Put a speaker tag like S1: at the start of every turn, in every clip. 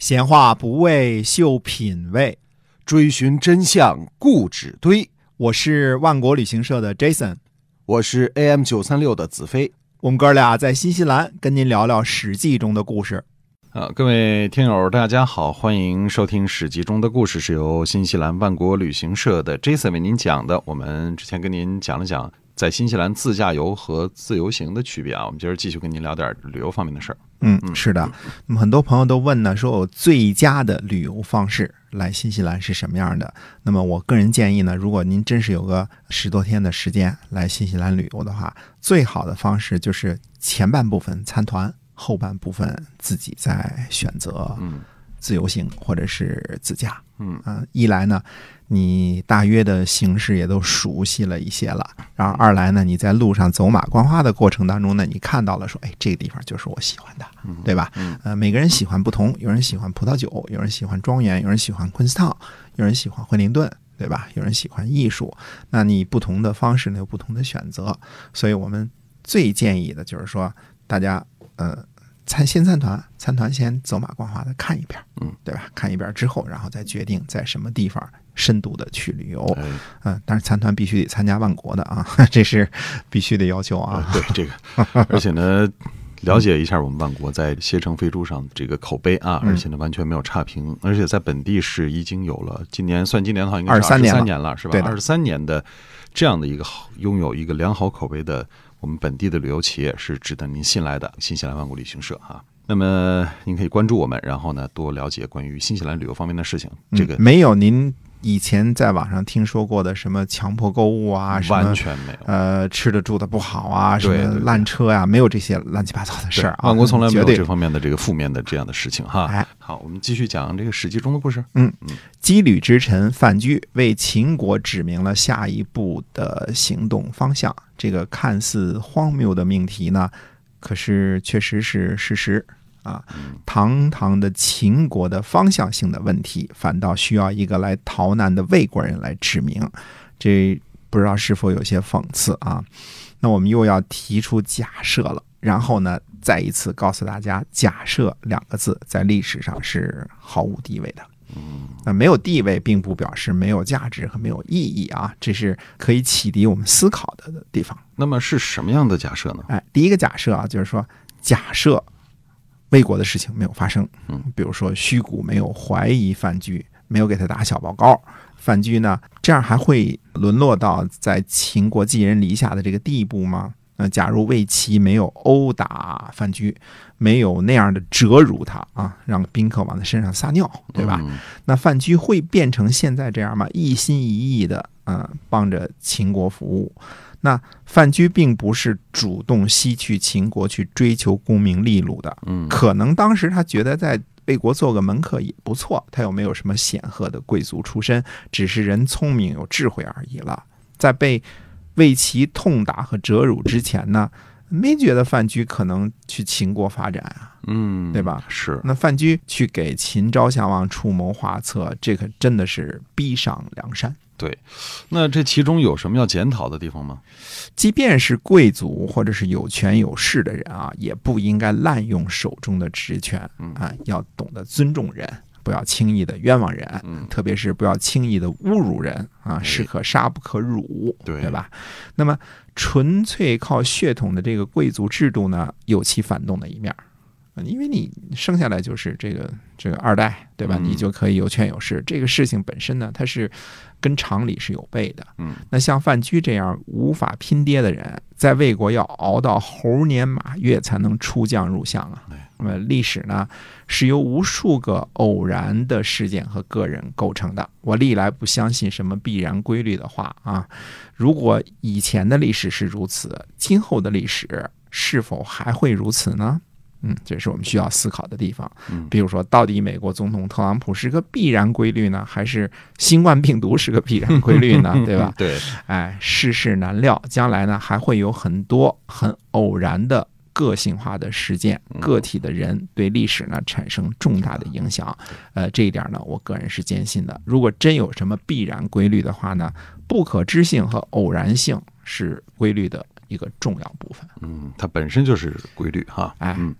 S1: 闲话不为秀品味，
S2: 追寻真相故纸堆。
S1: 我是万国旅行社的 Jason，
S2: 我是 AM 九三六的子飞。
S1: 我们哥俩在新西兰跟您聊聊《史记》中的故事。
S2: 啊，各位听友，大家好，欢迎收听《史记》中的故事，是由新西兰万国旅行社的 Jason 为您讲的。我们之前跟您讲了讲在新西兰自驾游和自由行的区别啊，我们今儿继续跟您聊点旅游方面的事儿。
S1: 嗯，是的，那么很多朋友都问呢，说我最佳的旅游方式来新西兰是什么样的？那么我个人建议呢，如果您真是有个十多天的时间来新西兰旅游的话，最好的方式就是前半部分参团，后半部分自己再选择
S2: 嗯
S1: 自由行或者是自驾。
S2: 嗯
S1: 啊，一来呢，你大约的形式也都熟悉了一些了，然后二来呢，你在路上走马观花的过程当中呢，你看到了说，哎，这个地方就是我喜欢的，对吧？呃，每个人喜欢不同，有人喜欢葡萄酒，有人喜欢庄园，有人喜欢昆斯坦，有人喜欢惠灵顿。对吧？有人喜欢艺术，那你不同的方式呢，有不同的选择。所以我们最建议的就是说，大家呃参先参团，参团先走马观花的看一遍，
S2: 嗯，
S1: 对吧？看一遍之后，然后再决定在什么地方深度的去旅游。
S2: 哎
S1: 嗯、但是参团必须得参加万国的啊， 这是必须的要求啊。
S2: 对这个，而且呢，了解一下我们万国在携程、飞猪上这个口碑啊，
S1: 嗯
S2: 而且呢完全没有差评，而且在本地是已经有了今年算今年的话，应该是
S1: 23年了
S2: 三年了，是吧
S1: 对？的
S2: 二十三年的这样的一个好拥有一个良好口碑的我们本地的旅游企业是值得您信赖的新西兰万国旅行社哈、那么您可以关注我们，然后呢多了解关于新西兰旅游方面的事情。这个
S1: 嗯没有您以前在网上听说过的什么强迫购物啊，什
S2: 完
S1: 么
S2: 全没有。
S1: 呃吃的住的不好啊，什
S2: 对
S1: 么
S2: 对对
S1: 烂车呀、没有这些乱七八糟的事儿啊。
S2: 对万国从来没有
S1: 绝对
S2: 这方面的这个负面的这样的事情
S1: 哎
S2: 哈。好，我们继续讲这个《史记》中的故事。
S1: 羁旅之臣范雎为秦国指明了下一步的行动方向。这个看似荒谬的命题呢，可是确实是事实啊。堂堂的秦国的方向性的问题，反倒需要一个来逃难的魏国人来指明，这不知道是否有些讽刺啊？那我们又要提出假设了，然后呢，再一次告诉大家，假设两个字在历史上是毫无地位的。那没有地位，并不表示没有价值和没有意义啊，这是可以启迪我们思考的地方。
S2: 那么是什么样的假设呢？
S1: 哎，第一个假设啊，就是说，假设魏国的事情没有发生，
S2: 嗯，
S1: 比如说虚谷没有怀疑范雎，没有给他打小报告，范雎呢，这样还会沦落到在秦国寄人篱下的这个地步吗？那假如魏齐没有殴打范雎，没有那样的折辱他啊，让宾客往他身上撒尿，对吧？
S2: 嗯
S1: 那范雎会变成现在这样吗？一心一意的，呃，帮着秦国服务。那范雎并不是主动西去秦国去追求功名利禄的，
S2: 嗯，
S1: 可能当时他觉得在魏国做个门客也不错，他又没有什么显赫的贵族出身，只是人聪明有智慧而已了。在被魏齐痛打和折辱之前呢，没觉得范雎可能去秦国发展啊，
S2: 嗯，
S1: 对吧？
S2: 是，
S1: 那范雎去给秦昭襄王出谋划策，这可真的是逼上梁山。
S2: 对。那这其中有什么要检讨的地方吗？
S1: 即便是贵族或者是有权有势的人啊，也不应该滥用手中的职权
S2: 嗯
S1: 啊，要懂得尊重人，不要轻易的冤枉人，
S2: 嗯
S1: 特别是不要轻易的侮辱人啊，士可杀不可辱，
S2: 对
S1: 吧？那么纯粹靠血统的这个贵族制度呢，有其反动的一面儿。啊因为你生下来就是这个这个二代，对吧？
S2: 嗯
S1: 你就可以有权有势。这个事情本身呢，它是跟常理是有悖的。
S2: 嗯，
S1: 那像范雎这样无法拼爹的人，在魏国要熬到猴年马月才能出将入相啊
S2: 对。
S1: 那么历史呢，是由无数个偶然的事件和个人构成的。我历来不相信什么必然规律的话啊，如果以前的历史是如此，今后的历史是否还会如此呢？嗯，这是我们需要思考的地方。
S2: 嗯
S1: 比如说，到底美国总统特朗普是个必然规律呢，还是新冠病毒是个必然规律呢？ 对吧？
S2: 嗯对，
S1: 哎，世事难料，将来呢还会有很多很偶然的个性化的事件，个体的人对历史呢产生重大的影响。呃，这一点呢，我个人是坚信的。如果真有什么必然规律的话呢，不可知性和偶然性是规律的一个重要部分。
S2: 嗯，它本身就是规律哈。
S1: 哎
S2: 嗯。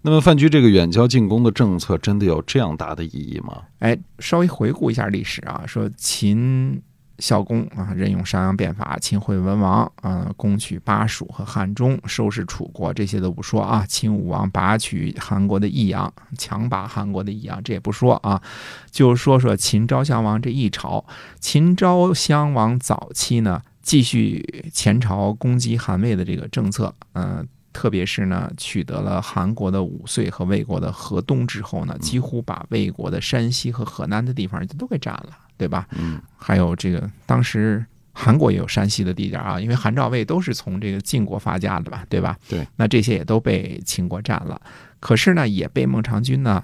S2: 那么，范雎这个远交近攻的政策真的有这样大的意义吗？
S1: 哎，稍微回顾一下历史啊，说秦孝公啊，任用商鞅变法，秦惠文王啊，攻取巴蜀和汉中，收拾楚国，这些都不说啊。秦武王拔取韩国的益阳，强拔韩国的益阳，这也不说啊。就说说秦昭襄王这一朝，秦昭襄王早期呢，继续前朝攻击韩魏的这个政策，嗯、特别是呢，取得了韩国的五岁和魏国的河东之后呢，几乎把魏国的山西和河南的地方就都给占了，对吧？
S2: 嗯，
S1: 还有这个当时韩国也有山西的地界儿啊，因为韩赵魏都是从这个晋国发家的吧，对吧？
S2: 对，
S1: 那这些也都被秦国占了，可是呢，也被孟尝君呢，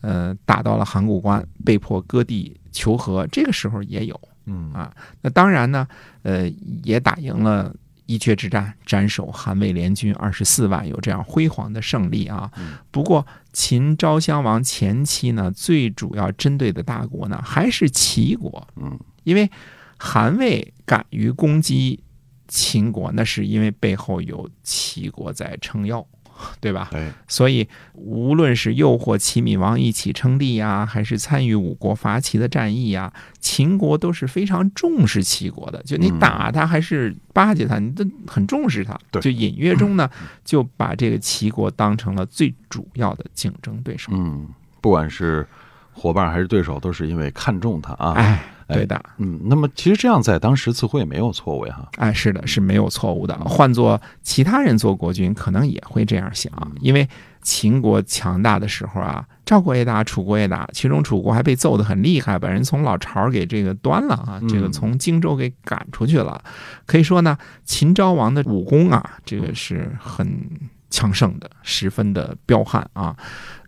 S1: 呃，打到了函谷关，被迫割地求和，这个时候也有。
S2: 嗯
S1: 啊那当然呢，呃，也打赢了伊阙之战，斩首韩魏联军二十四万，有这样辉煌的胜利啊
S2: 嗯。
S1: 不过，秦昭襄王前期呢，最主要针对的大国呢，还是齐国，
S2: 嗯，
S1: 因为韩魏敢于攻击秦国，那是因为背后有齐国在撑腰，对吧？
S2: 哎，
S1: 所以，无论是诱惑齐闵王一起称帝呀、还是参与五国伐齐的战役呀、秦国都是非常重视齐国的。就你
S2: 嗯
S1: 打他还是巴结他，你都很重视他。
S2: 对嗯
S1: 就隐约中呢，就把这个齐国当成了最主要的竞争对手。
S2: 嗯，不管是伙伴还是对手，都是因为看中他啊。
S1: 哎，
S2: 哎
S1: 对的，
S2: 嗯，那么其实这样在当时似乎也没有错误呀。
S1: 哎，是的，是没有错误的。啊换做其他人做国君，可能也会这样想，
S2: 嗯
S1: 因为秦国强大的时候啊，赵国也打，楚国也打，其中楚国还被揍得很厉害，把人从老巢儿给这个端了啊，这个
S2: 嗯
S1: 从荆州给赶出去了。可以说呢，秦昭王的武功啊，这
S2: 嗯
S1: 个是很强盛的，十分的彪悍啊。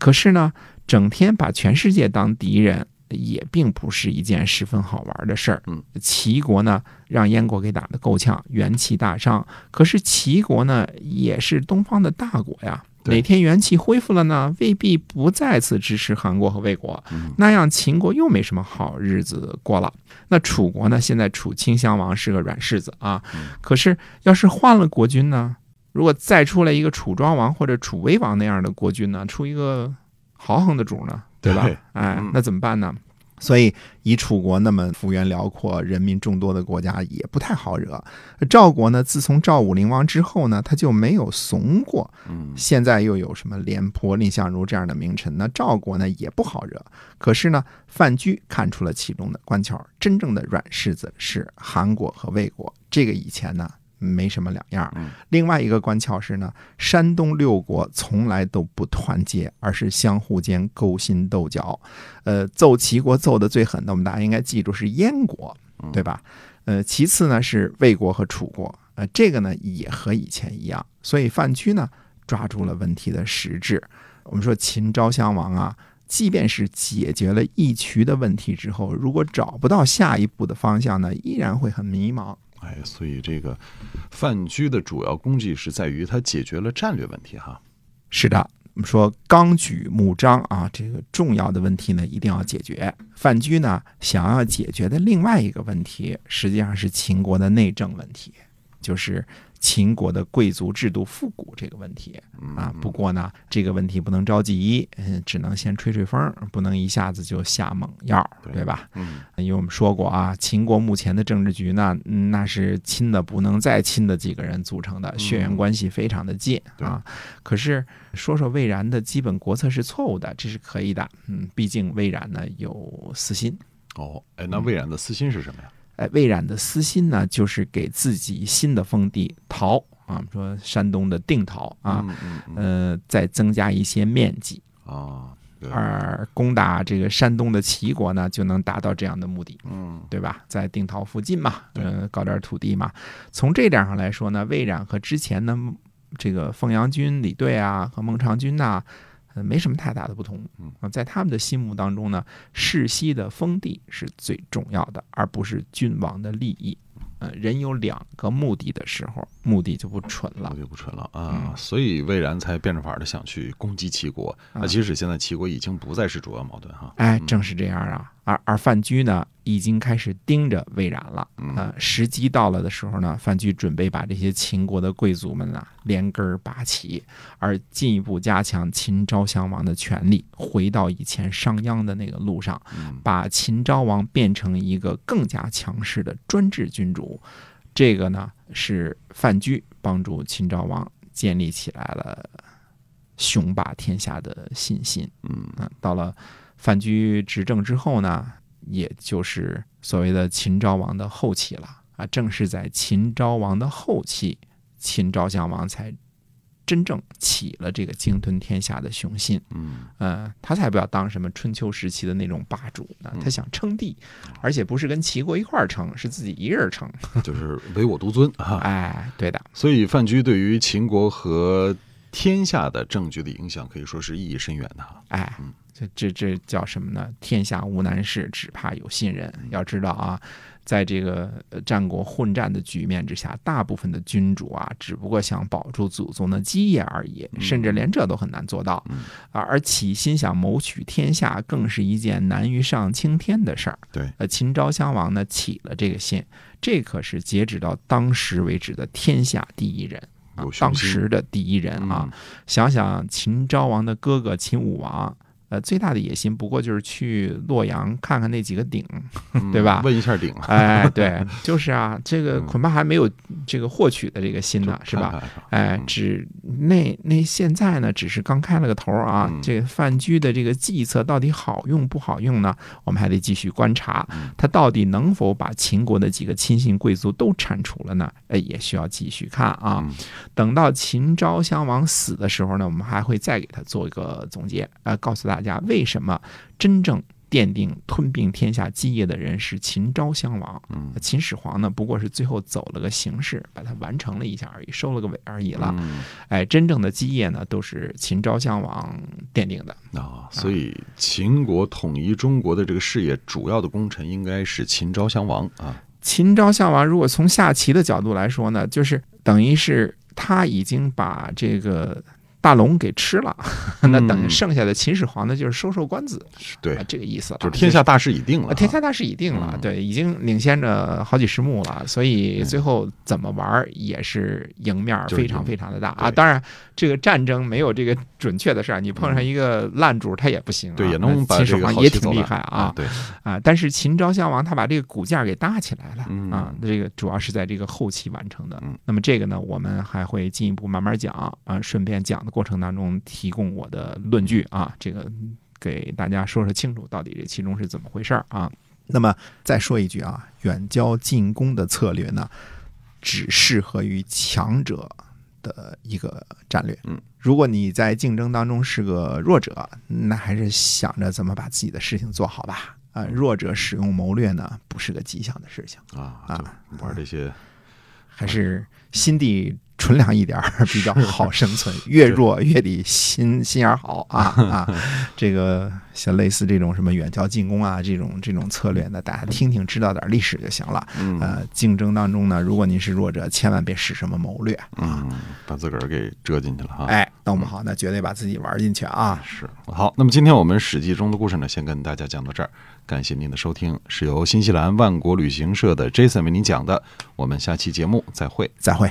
S1: 可是呢，整天把全世界当敌人。也并不是一件十分好玩的事儿。
S2: 嗯，
S1: 齐国呢，让燕国给打得够呛，元气大伤。可是齐国呢，也是东方的大国呀。
S2: 对
S1: 哪天元气恢复了呢？未必不再次支持韩国和魏国，
S2: 嗯
S1: 那样秦国又没什么好日子过了。那楚国呢？现在楚顷襄王是个软柿子啊，可是要是换了国君呢？如果再出来一个楚庄王或者楚威王那样的国君呢？出一个豪横的主呢，对吧？
S2: 对
S1: 哎
S2: 嗯，
S1: 那怎么办呢？所以，以楚国那么幅员辽阔、人民众多的国家也不太好惹。赵国呢，自从赵武灵王之后呢，他就没有怂过。
S2: 嗯
S1: 现在又有什么廉颇、蔺相如这样的名臣，那赵国呢也不好惹。可是呢，范雎看出了其中的关窍，真正的软柿子是韩国和魏国，这个以前呢没什么两样儿
S2: 嗯。
S1: 另外一个关窍是呢，山东六国从来都不团结，而是相互间勾心斗角。呃，揍齐国揍的最狠的，我们大家应该记住是燕国，对吧？呃，其次呢是魏国和楚国，呃，这个呢也和以前一样。所以范雎呢抓住了问题的实质。我们说秦昭襄王啊，即便是解决了义渠的问题之后，如果找不到下一步的方向呢，依然会很迷茫。
S2: 哎，所以这个范雎的主要功绩是在于他解决了战略问题哈。
S1: 是的，我们说纲举目张啊，这个重要的问题呢，一定要解决。范雎呢，想要解决的另外一个问题，实际上是秦国的内政问题，就是秦国的贵族制度复古这个问题
S2: 嗯
S1: 啊。不过呢，这个问题不能着急，嗯，只能先吹吹风，不能一下子就下猛药，对吧？
S2: 嗯
S1: 因为我们说过啊，秦国目前的政治局呢，嗯那是亲的不能再亲的几个人组成的，血缘关系非常的近
S2: 嗯对
S1: 啊。可是说说魏然的基本国策是错误的，这是可以的，嗯，毕竟魏然呢有私心。
S2: 哦，哎，那魏冉的私心是什么呀？
S1: 哎，魏冉的私心呢，就是给自己新的封地陶啊，我们说山东的定陶啊，
S2: 嗯嗯嗯
S1: 呃，再增加一些面积，
S2: 啊，对，
S1: 而攻打这个山东的齐国呢，就能达到这样的目的。
S2: 嗯
S1: 对吧？在定陶附近嘛，
S2: 对
S1: 呃，搞点土地嘛。从这点上来说呢，魏冉和之前的这个凤阳君李队啊和孟尝君呐、呃，没什么太大的不同
S2: 嗯。
S1: 啊，在他们的心目当中呢，世袭的封地是最重要的，而不是君王的利益。呃，人有两个目的的时候，目的就不蠢了
S2: 我。就不蠢了啊，所以魏然才变着法儿的想去攻击齐国。那
S1: 嗯
S2: 即使现在齐国已经不再是主要矛盾哈，
S1: 哎
S2: 嗯，
S1: 正是这样啊！而而范雎呢，已经开始盯着魏冉了。
S2: 嗯
S1: 啊、时机到了的时候呢，范雎准备把这些秦国的贵族们呐、啊连根儿拔起，而进一步加强秦昭襄王的权力，回到以前商鞅的那个路上，
S2: 嗯
S1: 把秦昭王变成一个更加强势的专制君主。这个呢，是范雎帮助秦昭王建立起来了雄霸天下的信心。
S2: 嗯
S1: 啊，到了范雎执政之后呢，也就是所谓的秦昭王的后期了啊，正是在秦昭王的后期，秦昭襄王才真正起了这个鲸吞天下的雄心。
S2: 嗯
S1: 呃，他才不要当什么春秋时期的那种霸主呢，他
S2: 嗯
S1: 想称帝，而且不是跟齐国一块儿称，是自己一人儿称。
S2: 嗯，就是唯我独尊啊。
S1: 哎，对的，
S2: 所以范雎对于秦国和天下的政局的影响，可以说是意义深远的哈。
S1: 哎
S2: 嗯，
S1: 这这这叫什么呢？天下无难事，只怕有心人。
S2: 嗯
S1: 要知道啊，在这个呃战国混战的局面之下，大部分的君主啊，只不过想保住祖宗的基业而已，
S2: 嗯
S1: 甚至连这都很难做到
S2: 嗯。
S1: 啊，而起心想谋取天下，更是一件难于上青天的事儿。
S2: 对，
S1: 呃，秦昭襄王呢起了这个心，这可是截止到当时为止的天下第一人。啊
S2: 有，雄
S1: 当
S2: 心
S1: 时的第一人啊，
S2: 嗯
S1: 想想秦昭王的哥哥秦武王，呃，最大的野心不过就是去洛阳看看那几个鼎。
S2: 嗯
S1: 对吧
S2: 问一下鼎 啊，
S1: 哎，对，就是啊，这个
S2: 嗯
S1: 恐怕还没有这个获取的这个心呢，
S2: 就是看
S1: 吧？
S2: 看啊？
S1: 哎
S2: 嗯，
S1: 只那那现在呢，只是刚开了个头啊
S2: 嗯。
S1: 这个范雎的这个计策到底好用不好用呢？我们还得继续观察
S2: 嗯，
S1: 他到底能否把秦国的几个亲信贵族都铲除了呢？哎，也需要继续看啊。
S2: 嗯
S1: 等到秦昭襄王死的时候呢，我们还会再给他做一个总结，呃，告诉大家为什么真正奠定吞并天下基业的人是秦昭襄王。
S2: 嗯
S1: 秦始皇呢，不过是最后走了个形式，把它完成了一下而已，收了个尾而已了。
S2: 嗯
S1: 哎，真正的基业呢，都是秦昭襄王奠定的。
S2: 啊，所以秦国统一中国的这个事业，主要的功臣应该是秦昭襄王啊。
S1: 秦昭襄王，如果从下棋的角度来说呢，就是等于是他已经把这个大龙给吃了， 那等于
S2: 嗯
S1: 剩下的秦始皇呢，就是收收官子，
S2: 对
S1: 啊，这个意思啊，
S2: 就是天下大势已定了
S1: 啊
S2: 啊，
S1: 天下大势已定了，
S2: 嗯
S1: 对，已经领先着好几十目了，所以
S2: 嗯
S1: 最后怎么玩儿也是赢面儿
S2: 就是
S1: 非
S2: 赢
S1: 常非常的大啊。
S2: 对
S1: 当然，这个战争没有这个准确的事儿，你碰上
S2: 嗯
S1: 一个烂主儿他也不行、啊，
S2: 对也能
S1: 那
S2: 把
S1: 秦
S2: 这
S1: 始
S2: 个
S1: 皇
S2: 好
S1: 也
S2: 棋
S1: 挺
S2: 走
S1: 厉
S2: 烂
S1: 害啊
S2: 对，
S1: 啊！但是秦昭襄王他把这个骨架给搭起来了、
S2: 嗯
S1: 啊，这个主要是在这个后期完成的。
S2: 嗯
S1: 那么这个呢，我们还会进一步慢慢讲啊，顺便讲的过程当中提供我的论据啊，这个给大家说说清楚到底这其中是怎么回事儿啊。那么再说一句啊，远交近攻的策略呢，只适合于强者的一个战略。
S2: 嗯，
S1: 如果你在竞争当中是个弱者，那还是想着怎么把自己的事情做好吧。啊、弱者使用谋略呢，不是个吉祥的事情，
S2: 啊，就玩这些
S1: 还是
S2: 嗯
S1: 心地纯良一点儿 比较好生存。越弱越得心心眼儿好啊啊！ 这个像类似这种什么远交近攻啊，这种这种策略呢，大家听听知道点儿历史就行了。
S2: 嗯
S1: 呃，竞争当中呢，如果您是弱者，千万别使什么谋略。
S2: 嗯，把自个儿给折进去了哈。啊
S1: 哎，弄不好那绝对把自己玩进去啊！
S2: 是好，那么今天我们《史记》中的故事呢，先跟大家讲到这儿。感谢您的收听，是由新西兰万国旅行社的 Jason 为您讲的。我们下期节目再会。
S1: 再会。